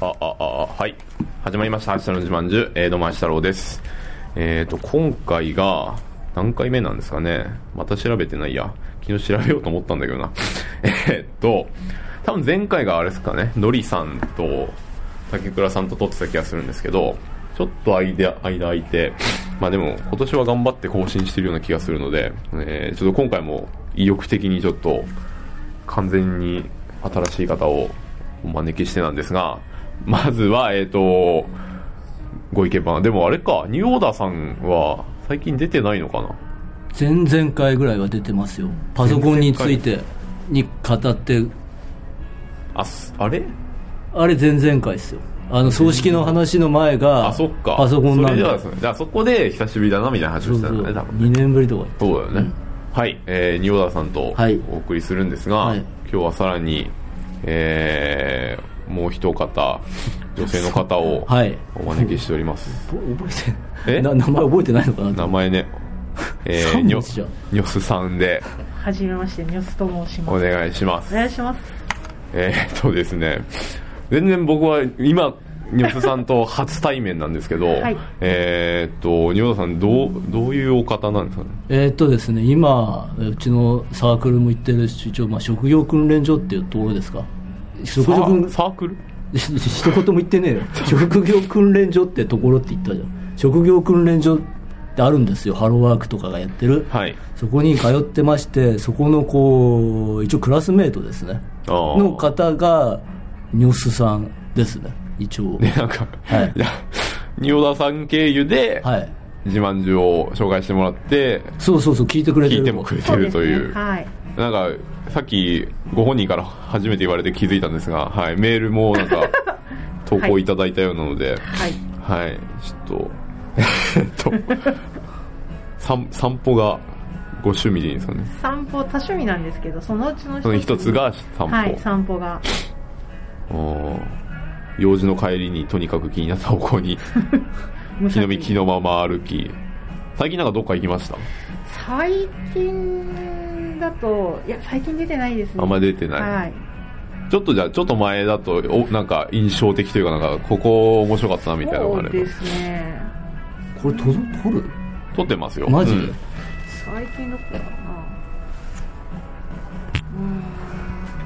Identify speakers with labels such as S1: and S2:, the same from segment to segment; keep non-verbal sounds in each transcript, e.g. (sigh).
S1: あああはい始まりました「明日の自慢じゅ」えー、どうも明日太郎ですえっ、ー、と今回が何回目なんですかねまた調べてないや昨日調べようと思ったんだけどな (laughs) えっと多分前回があれですかねのりさんと竹倉さんと撮ってた気がするんですけどちょっと間間空いてまあでも今年は頑張って更新してるような気がするので、えーちょっと今回も意欲的にちょっと完全に新しい方をお招きしてなんですが、まずは、えっ、と、ご意見番。でもあれか、ニューオーダーさんは最近出てないのかな
S2: 前々回ぐらいは出てますよパソコンについてに語って
S1: あ、すあれ
S2: あれ前々回ですよあの葬式の話の前が
S1: あ、そっか。
S2: パソコンなん
S1: それじゃあ
S2: だ
S1: ですねじゃあそこで久しぶりだなみたいな話をしたんだね、多分ね
S2: 2年ぶりとか
S1: そうだよね。はい、えー、ニオダさんと
S2: はい
S1: お送りするんですが、
S2: はい
S1: 今日はさらに、えー、もう一方、女性の方を
S2: はい
S1: お招きしております。
S2: 覚えて
S1: え
S2: な名前覚えてないのかな
S1: 名前
S2: (laughs)
S1: ね、えー、
S2: 三
S1: ニ
S2: 文字じゃ
S1: ョ
S2: ん
S1: ニョスさんで
S3: はじめまして、ニョスと申し
S1: お
S3: ます。
S1: 願いしま
S3: お
S1: す。
S3: 願いします。
S1: えー、っとですね、全然僕は今、ニョスさんと初対面なんですけど、
S3: はい
S1: えーっと、ニョダさん、どう、どういうお方なんですかね。
S2: えーっとですね今うちのサークルも行ってるし一応まあ職業訓練所っていうところですか職業訓
S1: サーサークル
S2: 一言も言ってねえよ職業訓練所ってところって言ったじゃん職業訓練所ってあるんですよハローワークとかがやってる
S1: はい。
S2: そこに通ってましてそこのこう一応クラスメートですね
S1: あー
S2: の方がニョスさんですね一応
S1: で、 (laughs) なんか、
S2: はい
S1: やニオダさん経由で、
S2: はい
S1: 自慢中を紹介してもらって、
S2: そうそうそう聞いてくれて
S1: 聞
S2: る
S1: いてもくれてるという。
S3: はい。
S1: なんか、さっき、ご本人から (laughs) 初めて言われて気づいたんですが、はい、メールもなん
S3: (laughs)
S1: か、投稿いただいたようなので、
S3: は
S1: は
S3: い。
S1: い、ちょっと、えっと、散散歩がご趣味でいいんですかね。
S3: 散歩多趣味なんですけど、そのうちの
S1: その一つが散歩。
S3: はい、散歩が。
S1: おー用事の帰りにとにかく気になった方向
S3: (laughs)
S1: に、
S3: 無
S1: 木
S3: 作
S1: の
S3: 為
S1: 実木のまま歩き、最近なんかどっか行きました
S3: 最近だと、いや、最近出てないですね。
S1: あんま出てない
S3: はい。
S1: ちょっとじゃあ、ちょっと前だと、お、なんか印象的というか、なんか、ここ面白かったなみたいなのがあ
S3: そう
S1: れ
S3: で
S1: ば。
S3: すね。
S2: これとど撮る
S1: 撮ってますよ。
S2: マジ
S1: う
S2: で、
S1: ん
S3: 最近どこかな。うーん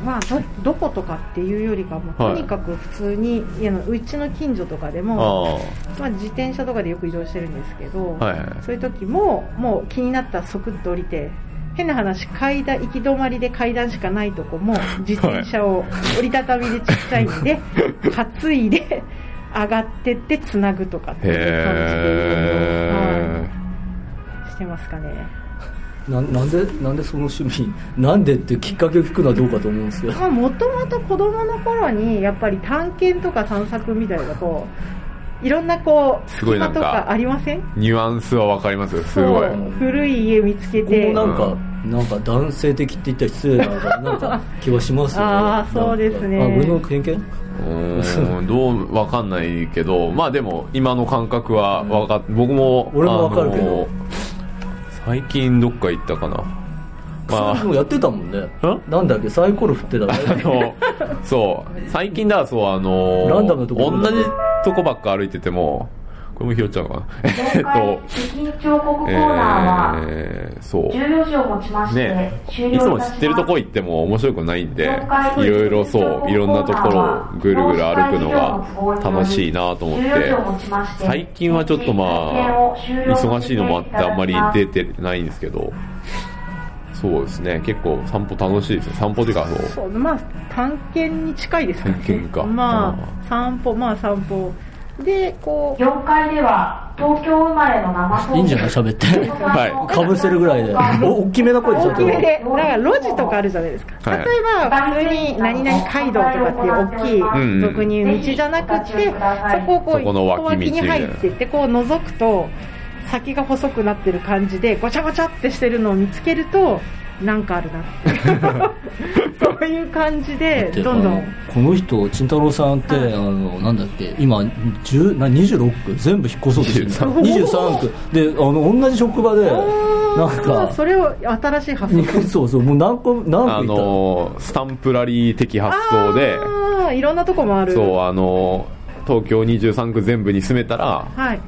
S3: まあ、どどことかっていうよりかも、
S1: はい
S3: とにかく普通に、いやうちの近所とかで
S1: あ
S3: も、
S1: あ、は
S3: まあ、自転車とかでよく移動してるんですけど、
S1: いはい。
S3: そういう時ももう気になったらそくっと降りて変な話階段行き止まりで階段しかないとこも自転車を折りたたみでちっちゃいんで担いで上がってってつなぐとかって
S1: へ
S3: いう感じで、
S1: え。
S3: はいしてますかね
S2: ななんでなんでその趣味なんでっていうきっかけを聞くのはどうかと思うんですけど
S3: まあもともと子供の頃にやっぱり探検とか散策みたいなこういろんなこう
S1: す
S3: 隙
S1: ごいな
S3: 間
S1: ん
S3: と
S1: か
S3: かありません
S1: ニュアンスはわかりますよ、すごい。
S3: そう古い家見つけ
S2: ここ
S3: て
S2: もなんか、なんか男性的って言ったら失礼なのかななんか気はしますよね
S3: あーそうですね
S2: なんかあ俺の偏見
S1: うーん、どう、わかんないけど、まあでも、今の感覚はわかっ、僕も、
S2: 俺もわかるけど
S1: あの最近どっか行ったかな。ま
S2: それでもやってたもんねなんだっけサイコロ振ってた
S1: あ
S2: ね
S1: の、そう、最近だ、そう、あの、
S2: ランダムなとこ
S1: 同じとこばっか歩いてても、これも拾っちゃうのかな。えっと、
S4: 北京彫刻コーナーは
S1: えー、そう。
S4: 14時をもちまして、
S1: ね
S4: 終
S1: い
S4: 了
S1: つ
S4: い
S1: も
S4: た
S1: 知
S4: します
S1: ってるとこ行っても面白くないんで、
S4: はい
S1: いろいろそう、いろんなところをぐるぐる歩くのが楽しいなと思っ
S4: 終了時
S1: て
S4: を、もちまして
S1: 最近はちょっとまあ、忙しいのもあってあんまり出てないんですけど、そうですね、結構散歩楽しいですね。散歩というか、そう、
S3: そうまあ探検に近いですね
S1: 探検か
S3: ま
S1: あ
S3: あ散歩まあ散歩でこう
S4: 4階では東京生まれの生放送
S2: いいんじゃない喋って
S1: (laughs) はい
S2: かぶせるぐ
S4: (laughs)
S2: らいでお大きめな声で
S3: 大
S2: 喋
S3: きめ
S2: って
S3: でなんか路地とかあるじゃないですか、
S1: はい
S3: 例えば普通に何々街道とかっていう
S1: うんうん
S3: 大きい俗に言う道じゃなくて、そこをこう
S1: そこの脇道
S3: 小脇に入っていってこう覗くと先が細くなってる感じでごちゃごちゃってしてるのを見つけるとなんかあるな
S1: (laughs)
S3: って。そういう感じで、
S2: で
S3: どんどん。
S2: あのこの人慎太郎さんってあ
S3: はい
S2: のなんだっけ今10な26区全部引っ越そうとしてる
S1: 23
S2: 23区であの同じ職場でなん
S3: あー
S2: か
S3: それを新しい発想。
S2: そうそうもう何個
S1: あ
S2: 何個いたの
S1: のースタンプラリー的発想で
S3: ああ、いろんなとこもある。
S1: そうあのー東京23区全部に住めたら
S3: はい。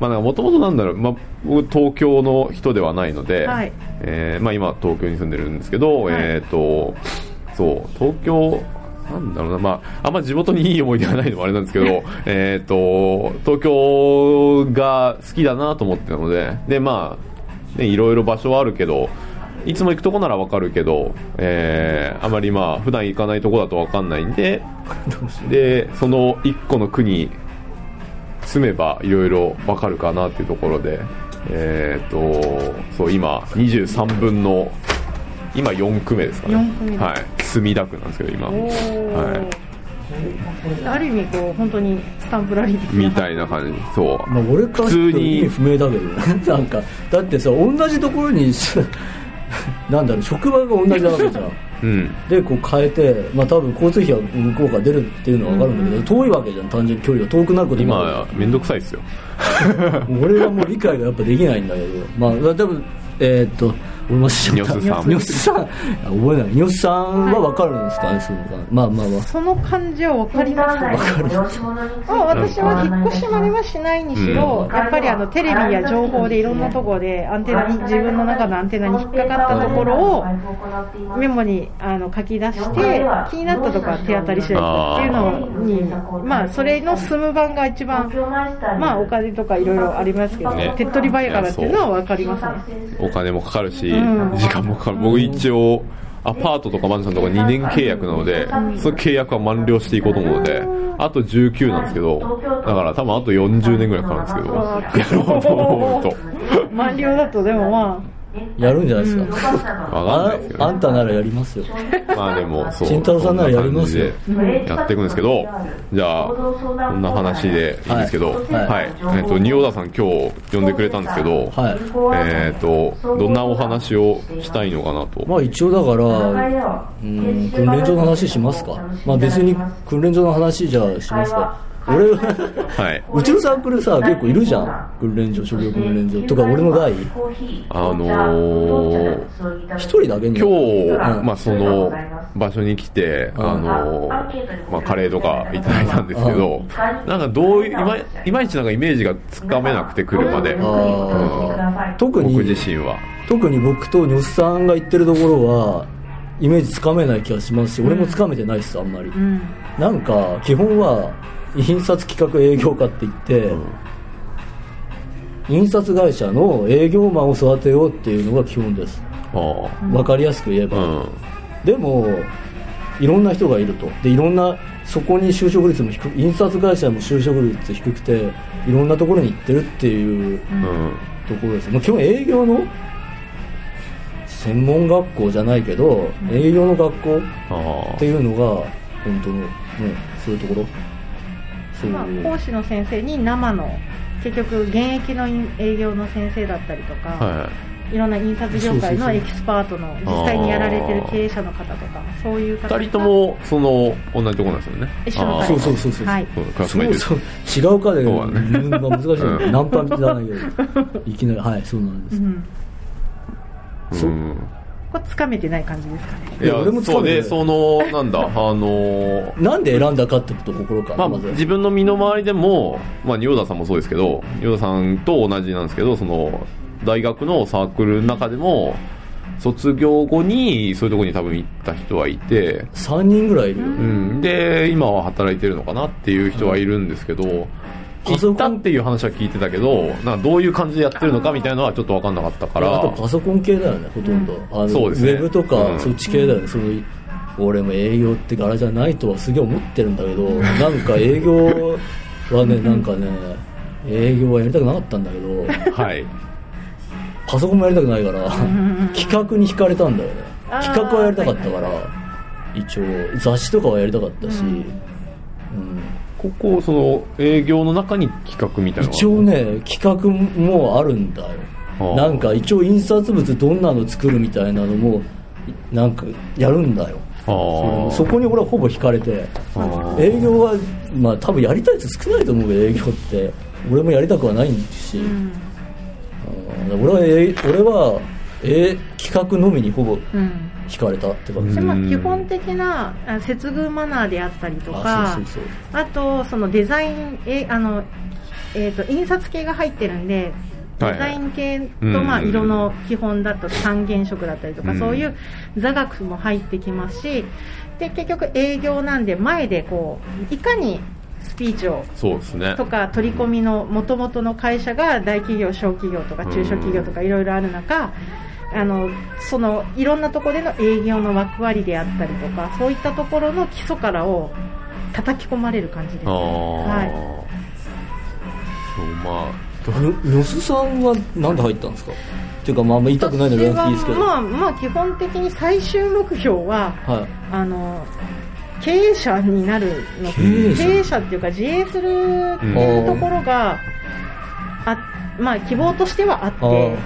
S1: まあもともとなんだろう、まあ、僕東京の人ではないので、
S3: はい
S1: えーまあ、今東京に住んでるんですけど、
S3: はい
S1: えっ、とそう東京なんだろうな、まあ、あんま地元にいい思い出がないのもあれなんですけ
S3: (laughs)
S1: どえっと東京が好きだなと思ってたのででまあねいろいろ場所はあるけどいつも行くとこならわかるけど、えーあまりまあ普段行かないとこだとわかんないんででその1個の区に住めばいろいろわかるかなっていうところでえっ、とそう今23分の今4区目ですかね
S3: 4区目だ
S1: はい墨田区なんですけど今
S3: おお、ある意味、こう、本当にスタンプラリー的な
S1: みたいな感じそう
S2: まあ、俺からする
S1: 普
S2: と
S1: 通に
S2: 意味不明だけどね (laughs) なんかだってさ同じところに (laughs) なんだろう職場が同じなわけじゃん
S1: うん
S2: でこう変えてまあ多分交通費は向こうから出るっていうのは分かるんだけど遠いわけじゃん単純に距離が遠くなることもある
S1: 今めんどくさいですよ
S2: 俺はもう理解がやっぱできないんだけど、まあ、多分えーっと、俺も忘れちゃった
S1: ニョスさん
S2: ニョスさん、あ覚えない。ニョスさんはわかるんですかね、その感じまあまあまあ。
S3: その感じは分かります
S4: わかる。ま
S3: まあ、私は引っ越しもありはしないにしろ、
S4: うん
S3: やっぱりあのテレビや情報でいろんなところでアンテナに自分の中のアンテナに引っかかったところをメモにあの書き出して気になったとこは手当たり次第だっていうのにまあそれの住む版が一番まあお金とかいろいろありますけど、
S1: ね
S3: 手っ取り早いからっていうのは分かりますね
S1: お金もかかるし、
S3: うん
S1: 時間もかかる僕一応アパートとかマンションとか2年契約なので、その契約は満了していこうと思うので、あと19なんですけど、だから多分あと40年ぐらいかかるんですけど、やろうと思うと、
S3: 満了だとでもま
S2: やるんじゃないですか。
S1: わかんない
S2: あ
S1: ですけ
S2: あ
S1: ど、
S2: ん
S1: ね、
S2: たならやりますよ。
S1: まあでも、そう、
S2: 慎太郎さんならやりますよ
S1: そんな感じでやっていくんですけど、じゃあ、こんな話でいいんですけど、はい、
S2: はい
S1: はいえっと、仁王田さん今日呼んでくれたんですけど、
S2: はい。
S1: えっと、どんなお話をしたいのかなと。
S2: まあ一応だから、う
S4: うん
S2: ん、訓練場の話しますか。まあ別に訓練場の話じゃあしますか。俺
S1: (laughs)
S2: は、
S1: はい。
S2: (laughs) うちのサークルさ、結構いるじゃん。訓練場、職業訓練場。とか俺の代、
S1: あの
S2: 一人だけに。
S1: 今
S2: う
S1: 日、
S2: ん
S1: まあ、その場所に来て、
S2: うん
S1: あのまあ、カレーとかいただいたんですけど、
S4: うん
S1: なんかどういういまいまいちなんかイメージがつかめなくて車で、う
S4: あ
S1: ん
S2: 特に
S1: 僕自身は
S2: 特に僕とニョスさんが言ってるところはイメージつかめない気がしますし俺もつかめてないですあんまり、
S3: あ、うん、
S2: なんか基本は印刷企画営業課って言って、印刷会社の営業マンを育てようっていうのが基本です
S1: あ
S2: 分かりやすく言え
S1: あう
S2: ば、
S1: ん
S2: でもいろんな人がいるとでいろんなそこに就職率も低く印刷会社も就職率低くていろんなところに行ってるっていう
S1: うん
S2: ところです、まあ、基本営業の専門学校じゃないけど、営業の学校
S1: ああ
S2: っていうのが本当の、ね、そういうところそう
S3: まあ、
S2: いう、
S3: 講師の先生に生の結局現役の営業の先生だったりとか、、
S1: はい
S3: ろんな印刷業界
S2: そうそうそ
S3: の
S2: う
S3: エキスパートの実際にやられてる経営者の方とかそういう方
S1: い、2人ともその同じとこなんですよね
S3: 一緒の
S1: ああ
S3: 会
S2: そうそうそうそう、
S3: はい
S1: そうクラス
S2: そ
S1: メイ
S2: う
S1: トです
S2: そう違うかで、
S1: そうだね
S2: うんまあ難しい、
S1: うん
S2: ナンパじゃないけど
S1: (laughs)
S2: いきなりはいそうなんで
S3: う
S2: す、
S3: ん、
S2: そう
S1: うん
S3: これつかめてない感じですかね
S1: い
S2: い
S1: や
S2: や俺もつか
S1: そ
S2: め
S1: う
S2: てな
S1: で
S2: い
S1: そのなんだあの
S2: なんで選んだかってことを心から、
S1: まあ、
S2: まず
S1: 自分の身の回りでも、まあ、仁王田さんもそうですけど仁王田さんと同じなんですけどその大学のサークルの中でも卒業後にそういうところに多分行った人はいて、
S2: 3人ぐらいいるよ、
S3: うん
S1: うん、で今は働いてるのかなっていう人はいるんですけど、
S2: パ
S1: 行
S2: ソコン
S1: ったっていう話は聞いてたけどなんかどういう感じでやってるのかみたいなのはちょっと分かんなかったか
S2: あ
S1: ら
S2: とパソコン系だよねほとんど、あの
S1: そうですね
S2: ウェブと
S1: う
S2: か
S1: ん
S2: そっち系だよね、そういう俺も営業って柄じゃないとはすげえ思ってるん
S1: (laughs)
S2: だけどなんか営業はねなんかね営業はやりたくなかったんだけど
S1: はい
S2: パソコンもやりたくないから企画に惹かれたんだよね
S3: あー
S2: 企画はやりたかったから一応雑誌とかはやりたかったし、うん
S1: ここその営業の中に企画みたいなのが
S2: 一応ね企画もあるんだよ
S1: ああ
S2: なんか一応印刷物どんなの作るみたいなのもなんかやるんだよ
S1: ああ
S2: そこに俺はほぼ惹かれて
S1: あ
S2: 営業はまあ多分やりたいやつ少ないと思うけど営業って俺もやりたくはないし、
S3: うん
S2: うん俺はえ俺は、え企画のみにほぼ
S3: うん
S2: 惹かれたって感じ、
S3: それ
S1: うん
S3: も基本的なあ接遇マナーであったりとか
S2: あそうそう
S3: あとそのデザインえあの、えー、と印刷系が入ってるんで
S1: はい
S3: デザイン系と
S1: うんうんうん
S3: まあ色の基本だと三原色だったりとか、
S1: うん
S3: そういう座学も入ってきますしで結局営業なんで前でこういかにスピーチを
S1: そうですね
S3: とか取り込みの元々の会社が大企業、小企業とか中小企業とかいろいろある中あのそのいろんなところでの営業の枠割りであったりとかそういったところの基礎からを叩き込まれる感じです、
S1: ああ、
S3: は
S1: そうまあ
S2: ぬ野須さんはなんで入ったんですかっていうかまああんま言い
S3: い、
S2: たくないので言わなくていいですけど、
S3: まあ、まあ基本的に最終目標は
S2: はい
S3: あの経営者になるの経
S2: 営者
S3: っていうか自営するっていうところが、あまあ、希望としてはあっ
S2: あ
S3: て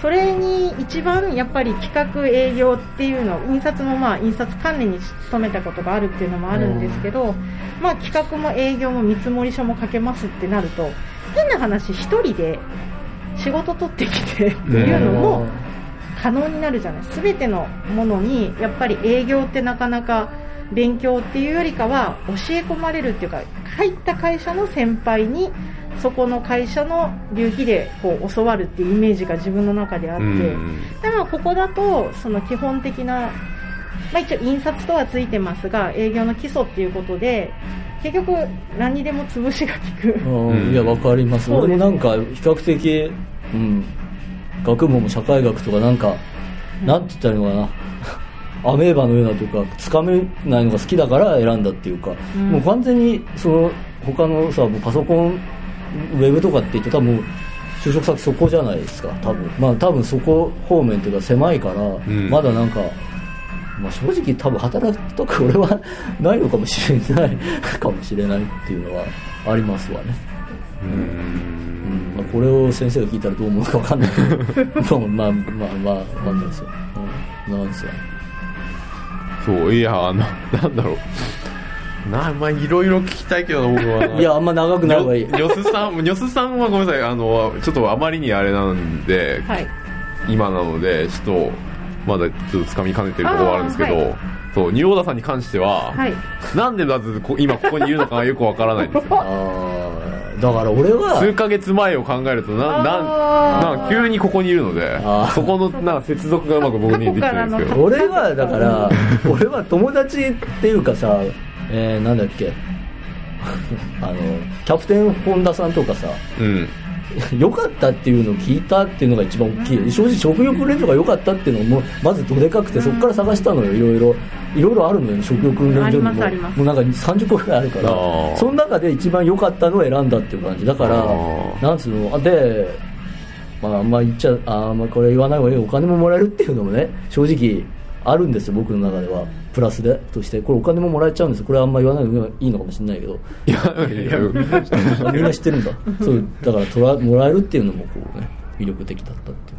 S3: それに一番やっぱり企画営業っていうの印刷もまあ印刷関連に勤めたことがあるっていうのもあるんですけど、まあ、企画も営業も見積書もかけますってなると変な話一人で仕事取ってきてっていうのも。可能になるじゃない全てのものにやっぱり営業ってなかなか勉強っていうよりかは教え込まれるっていうか入った会社の先輩にそこの会社の流儀でこう教わるっていうイメージが自分の中であって、
S1: うん
S3: でもここだとその基本的な、まあ、一応印刷とはついてますが営業の基礎っていうことで結局何にでも潰しが効く。
S2: うんいやわかります
S3: そう
S2: 俺
S3: で
S2: も
S3: す
S2: なんか比較的、うん、学問も社会学とかなんか、なんて言ったらいいのかなアメーバのようなというかつかめないのが好きだから選んだっていうか、
S3: うん
S2: もう完全にその他のさもうパソコンウェブとかって言ってたらもう就職先そこじゃないですか多分まあ多分そこ方面っていうか狭いから、
S1: ん
S2: まだなんかまあ、正直多分働くとか俺はないのかもしれないかもしれないっていうのはありますわね、
S1: うん
S2: うんまあ、これを先生が聞いたらどう思うか分かんないけどまあまあまあ分かんないですよ、うん、なんですよ
S1: そういやあのなんだろうなまあいろいろ聞きたいけど僕は
S2: いやあんま長くない方がいい
S1: ニョスさんニョスさんはごめんなさいあのちょっとあまりにあれなんで、
S3: はい
S1: 今なのでちょっとまだちょっとつかみかねてるところはあるんですけど、
S3: あーは
S1: そうニューオーダーさんに関しては、
S3: はい
S1: なんでまずこ今ここにいるのかがよくわからないんですよ
S2: あーだから俺
S1: 数
S2: は
S1: ヶ月前を考えるとな
S3: あ
S1: な
S3: ー
S1: んか急にここにいるので
S2: あー
S1: そこのなんか接続がうまく僕にできてるんですけ
S3: 過去から
S1: ど
S3: の
S2: 俺はだ (laughs) から俺は友達っていうかさ、えー、なんだっけ (laughs) あのキャプテン本田さんとかさ、
S1: うん
S2: (laughs) 良かったっていうのを聞いたっていうのが一番大きい正直食欲連動が良かったっていうのもまずどでかくてそこから探したのよいろいろいろいろあるのよ食欲連動
S3: あ
S2: に
S3: り
S2: も
S3: ますあります
S2: もうなんか30個ぐらいあるか
S1: あー
S2: らその中で一番良かったのを選んだっていう感じだから
S1: あー
S2: なんつうのあでまああんま言っちゃあーまあこれ言わない方がいいお金ももらえるっていうのもね正直あるんですよ僕の中ではプラスでとしてこれお金ももらえちゃうんですこれあんま言わない方がいいのかもしれないけど
S1: いやいや
S2: あみんな知ってるんだそうだからとらもらえるっていうのもこうね魅力的だったってい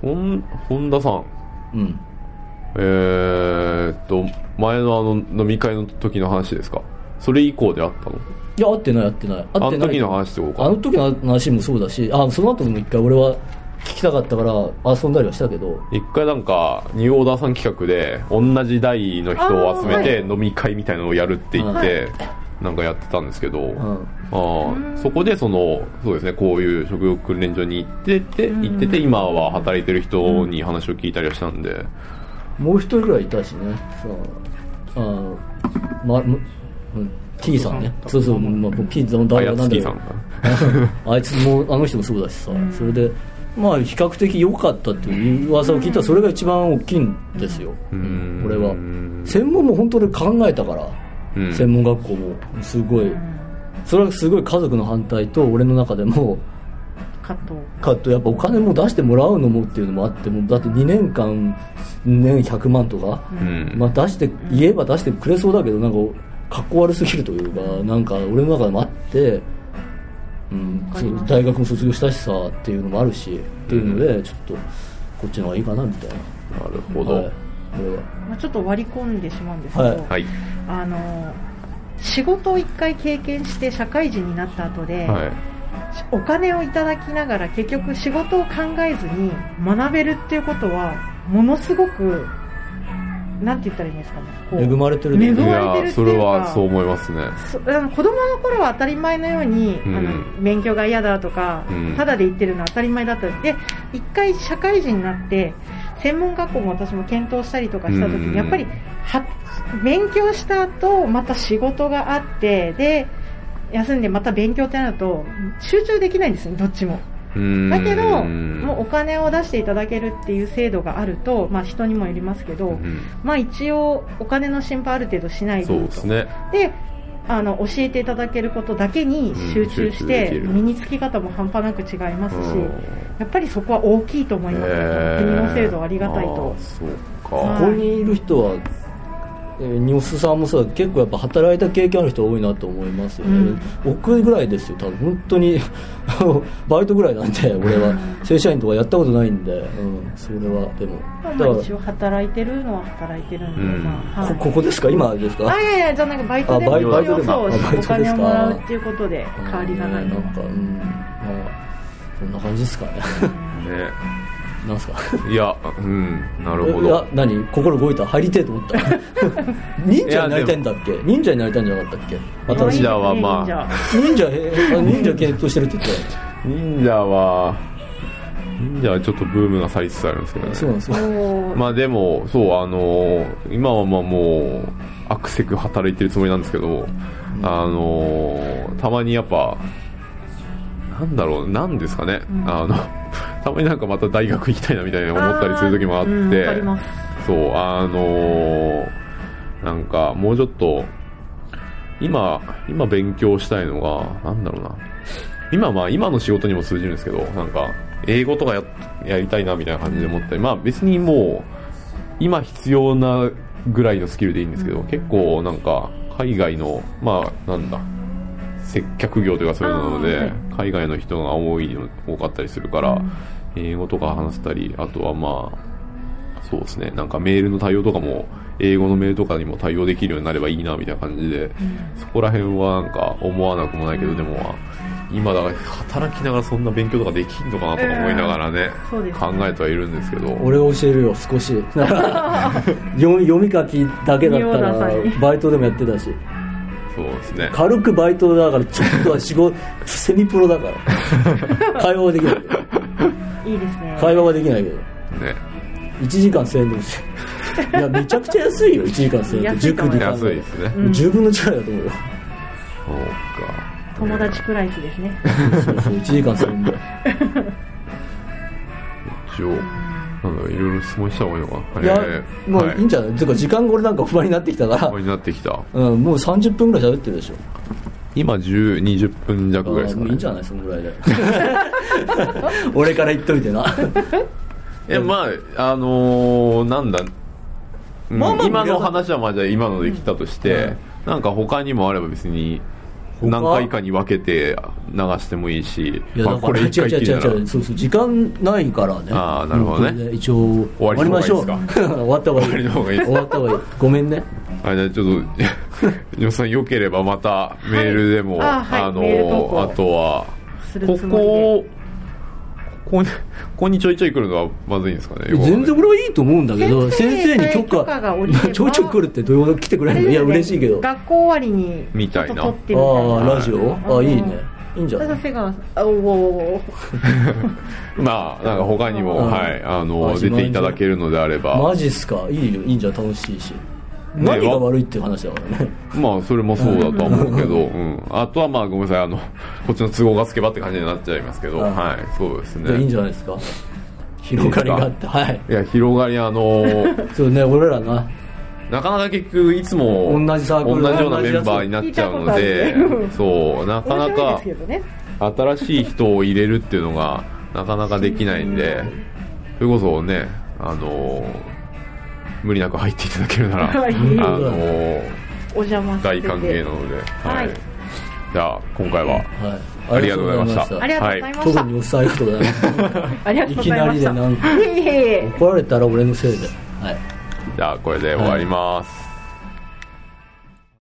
S1: ほん本田さん
S2: ううん
S1: えー、っと前のあの飲み会の時の話ですかそれ以降であったの
S2: いや会ってない会ってない会ってない
S1: あの時の話ってことか
S2: あの時の話もそうだしあその後も一回俺は聞きたかったから遊んだりはしたけど
S1: 一回なんかニューオーダーさん企画で同じ代の人を集めて
S3: あ
S1: 飲み会みたいなのをやるって言ってなんかやってたんですけど、あーそこでそのそうですねこういう食欲訓練所に行ってて行ってて今は働いてる人に話を聞いたりはしたんで
S2: もう一人ぐらいいたしねそうあま、むうん T さんねそうそう、まあ、P さんの
S1: あ
S2: 代
S1: や
S2: 表な
S1: つ
S2: ん
S1: き
S2: だけ
S1: さ
S2: ど
S1: んが
S2: (laughs) あいつもあの人もそうだしさ、それでまあ比較的良かったっていう噂を聞いたらそれが一番大きいんですよ、
S1: ん
S2: 俺は専門も本当に考えたから、
S1: うん
S2: 専門学校もすごいそれはすごい家族の反対と俺の中でも
S3: 加藤
S2: かとやっぱお金も出してもらうのもっていうのもあってもうだって2年間年100万とか、
S1: ん
S2: まあ出して言えば出してくれそうだけどなんかかっこ悪すぎるというかなんか俺の中でもあってうん、
S3: わか
S2: そ
S3: り
S2: う
S3: ます
S2: 大学も卒業したしさっていうのもあるしっていうのでちょっとこっちの方がいいかなみたいな
S1: なるほど。
S2: は
S1: はいい。
S2: これは
S3: まあ、ちょっと割り込んでしまうんですけど、
S2: はい
S1: はい。
S3: あの仕事を一回経験して社会人になった後で、お金をいただきながら結局仕事を考えずに学べるっていうことはものすごくなんて言ったらいいんですかねこう
S2: 恵まれてるね
S3: 恵
S1: い
S3: ま
S1: や
S3: れてる
S1: ー
S3: って
S1: そ
S3: い
S1: れ
S3: う
S1: は
S3: か
S1: そう思いますね。
S3: そあの子供の頃は当たり前のように、
S1: うん
S3: あの勉強が嫌だとか、
S1: うん
S3: ただで言ってるのは当たり前だったで一回社会人になって専門学校も私も検討したりとかした時に、
S1: うん
S3: やっぱりは勉強した後また仕事があってで休んでまた勉強ってなると集中できないんですよどっちも。
S1: うーん
S3: だけど、もうお金を出していただけるっていう制度があると、まあ、人にもよりますけど、
S1: うん
S3: まあ、一応お金の心配ある程度しないと
S1: そうですね。
S3: であの教えていただけることだけに集中し
S1: うん集中でき
S3: て、
S1: る
S3: 身につき方も半端なく違いますし、
S1: うん
S3: やっぱりそこは大きいと思います、
S1: へー
S3: 国の制度はありがたいと
S1: あーそう
S3: は
S1: か。
S2: ここにいる人は、えー、ニオスさんもそうだけど結構やっぱ働いた経験ある人多いなと思いますよね、
S3: うん
S2: 僕ぐらいですよ多分本当に (laughs) あのバイトぐらいなんで俺は正社員とかやったことないんで、うん、それはでも
S3: まあ
S2: だ
S3: 一応働いてるのは働いてるんで、
S1: うん
S3: まあ
S2: からこ
S3: はい
S2: ここですか今ですか
S3: あいやいやじゃあなんかバイトで
S2: あバ
S1: イ
S3: も
S1: バイトでも
S3: そう
S2: あバイト
S3: お
S2: ですか
S3: 金をもらうっていうことで変わりがない
S2: うん
S3: と
S2: なんかうんまあそんな感じです (laughs) かねなんすか
S1: ね。いや、うん、なるほ
S2: いや
S1: ど。
S2: 何心動いた入りてえと思 (laughs) った忍者になりたいんだっけ忍者になりたいんじゃなかったっけ
S1: 私
S2: 新しい
S1: 忍者はまあ
S3: いいですね
S2: 忍者え (laughs) あ忍者検討してるって言って
S1: 忍者は、忍者はちょっとブームが去りつつあるんですけど
S2: た
S1: ね。
S2: そうなんですよ
S3: 忍者おー
S1: まあでも、そう、あのー今はまあもう、アクセク働いてるつもりなんですけど、あのーたまにやっぱ、なんだろう、なんですかね、
S3: ん
S1: あの、たまになんかまた大学行きたいなみたいな思ったりする時もあって、
S3: うんわかります
S1: そう、あのーなんかもうちょっと、今、今勉強したいのが、なんだろうな。今まあ今の仕事にも通じるんですけど、なんか、英語とかややりたいなみたいな感じで思ったり、まあ別にもう、今必要なぐらいのスキルでいいんですけど、結構なんか、海外の、まあなんだ、接客業というかそういうのなので、
S3: あー
S1: 海外の人が多いの多かったりするから、英語とか話せたり、あとはまあ、そうですね、なんかメールの対応とかも、英語のメールとかにも対応できるようになればいいなみたいな感じで、そこら辺はなんか思わなくもないけど、でもまあ、今だから働きながらそんな勉強とかできんのかなとか思いながらね、
S3: そうです
S1: 考えてはいるんですけど、
S2: 俺が教えるよ少し (laughs) 読み読み書きだけだった
S3: 仁王
S2: ら
S3: さんに
S2: バイトでもやってたし
S1: そうですね。
S2: 軽くバイトだからちょっとは仕事セミプロだから (laughs) 会話はできないけど
S3: いいですね
S2: 会話はできないけど
S1: ね。
S2: 1時間1000円でもしいやめちゃくちゃ安いよ1時間1000円って
S3: 安いと
S2: 塾
S3: 思
S2: に考え
S3: い
S2: たら
S1: 安いですね。
S3: うん
S2: 10分の力だと思うよ
S1: そうか。
S3: 友達くらいしですね
S2: そうそう1時間1000円で
S1: 一応、なんだろう、いろいろ質問した方がいいのかな。
S2: いや
S1: (laughs) えー
S2: ま
S1: は
S2: あいいんじゃないてか時間これなんか不安になってきたから
S1: ここになってきた。
S2: うん、もう30分ぐらい喋ってるでしょ。
S1: 今10、20分弱ぐらいですか
S2: もう
S1: ね。
S2: いいんじゃないそのぐらいで。 (laughs) 俺から言っといて
S1: (laughs)
S2: な。
S1: え、まあ、あのーなんだ、うん
S2: まあまあ
S1: 今の話はまあじゃあ今ので来たとして、なんか他にもあれば別に、
S2: 他
S1: 何回かに分けて流してもいいし、まあ、これ
S2: 違う
S1: 一回
S2: 違う
S1: きり
S2: 違
S1: な
S2: う違
S1: ら
S2: う、そうそう、時間ないからね。
S1: あーなるほどね
S2: うんこれで一応、終
S1: わりの
S2: ましょう。
S1: 方
S2: 終
S1: がいい
S2: わった方がいい。
S1: 終わりの方がいいです
S2: 終わった方がいい。ごめんね。
S1: あじゃあちょっと、 (laughs) よさん良ければまたメールでも、
S3: はいあはい
S1: の
S3: メール投稿
S1: あとは、
S3: する
S1: こ
S3: つもりで
S1: こ、ここに、 (laughs) ここにちょいちょい来るのはまずいんですかね。よくわかん
S2: 全
S1: ない
S2: 然俺はいいと思うんだけど、先
S3: 先
S2: 生
S3: 生
S2: に
S3: に
S2: 許可
S3: 許可が下りれば
S2: (laughs) ちょいちょい来るってどういうこと来てくれる (laughs) のいや、嬉しいけど。あ
S3: 学校終わりに
S1: みたいな
S3: ちょっと撮ってみたい
S2: あ
S3: な
S2: ー、ラジオああ、いいね。いいんじゃ
S3: た
S2: な
S3: だ
S2: い
S3: 瀬川さんあおーおーおー
S1: まあ、なんか他にも、
S2: うん
S1: はい、あの
S2: あ
S1: 出ていただけるのであれば、
S2: マジっすかいいよ、いいんじゃん、楽しいし。何が悪いっていう話だからね。
S1: まあ、それもそうだとは思うけど、うん。あとはまあ、ごめんなさい、あの、こっちの都合がつけばって感じになっちゃいますけど、
S2: はい
S1: はい、そうです
S2: (laughs) じゃあいいん
S1: ね。
S2: じゃないですか広がりがあってはい
S1: いや、広がり、あのー
S2: そうね俺らな
S1: なかなか結局、いつも、
S2: 同じサークル
S1: 同じようなメンバーになっちゃうので
S3: 同じやつ聞いたことあるね、
S1: そう、なか
S3: 面
S1: な
S3: 白いで
S1: か
S3: す、けどね
S1: 新しい人を入れるっていうのが、なかなかできないんで、それこそね、あのー無理なく入ってい (laughs) ただけるなら、あ
S3: はい
S1: のー
S3: お邪魔してて
S1: 大歓迎なので、はい。
S3: はい
S1: じゃあ今回は
S2: はい、
S1: ありがとうございました
S3: ありがとうございました
S2: 特におっさんありがとうございました
S3: ありがとうご (laughs) ざいました
S2: いきなりでなんか
S3: いえいえ
S2: 怒られたら俺のせいではい
S1: じゃあこれで終わります、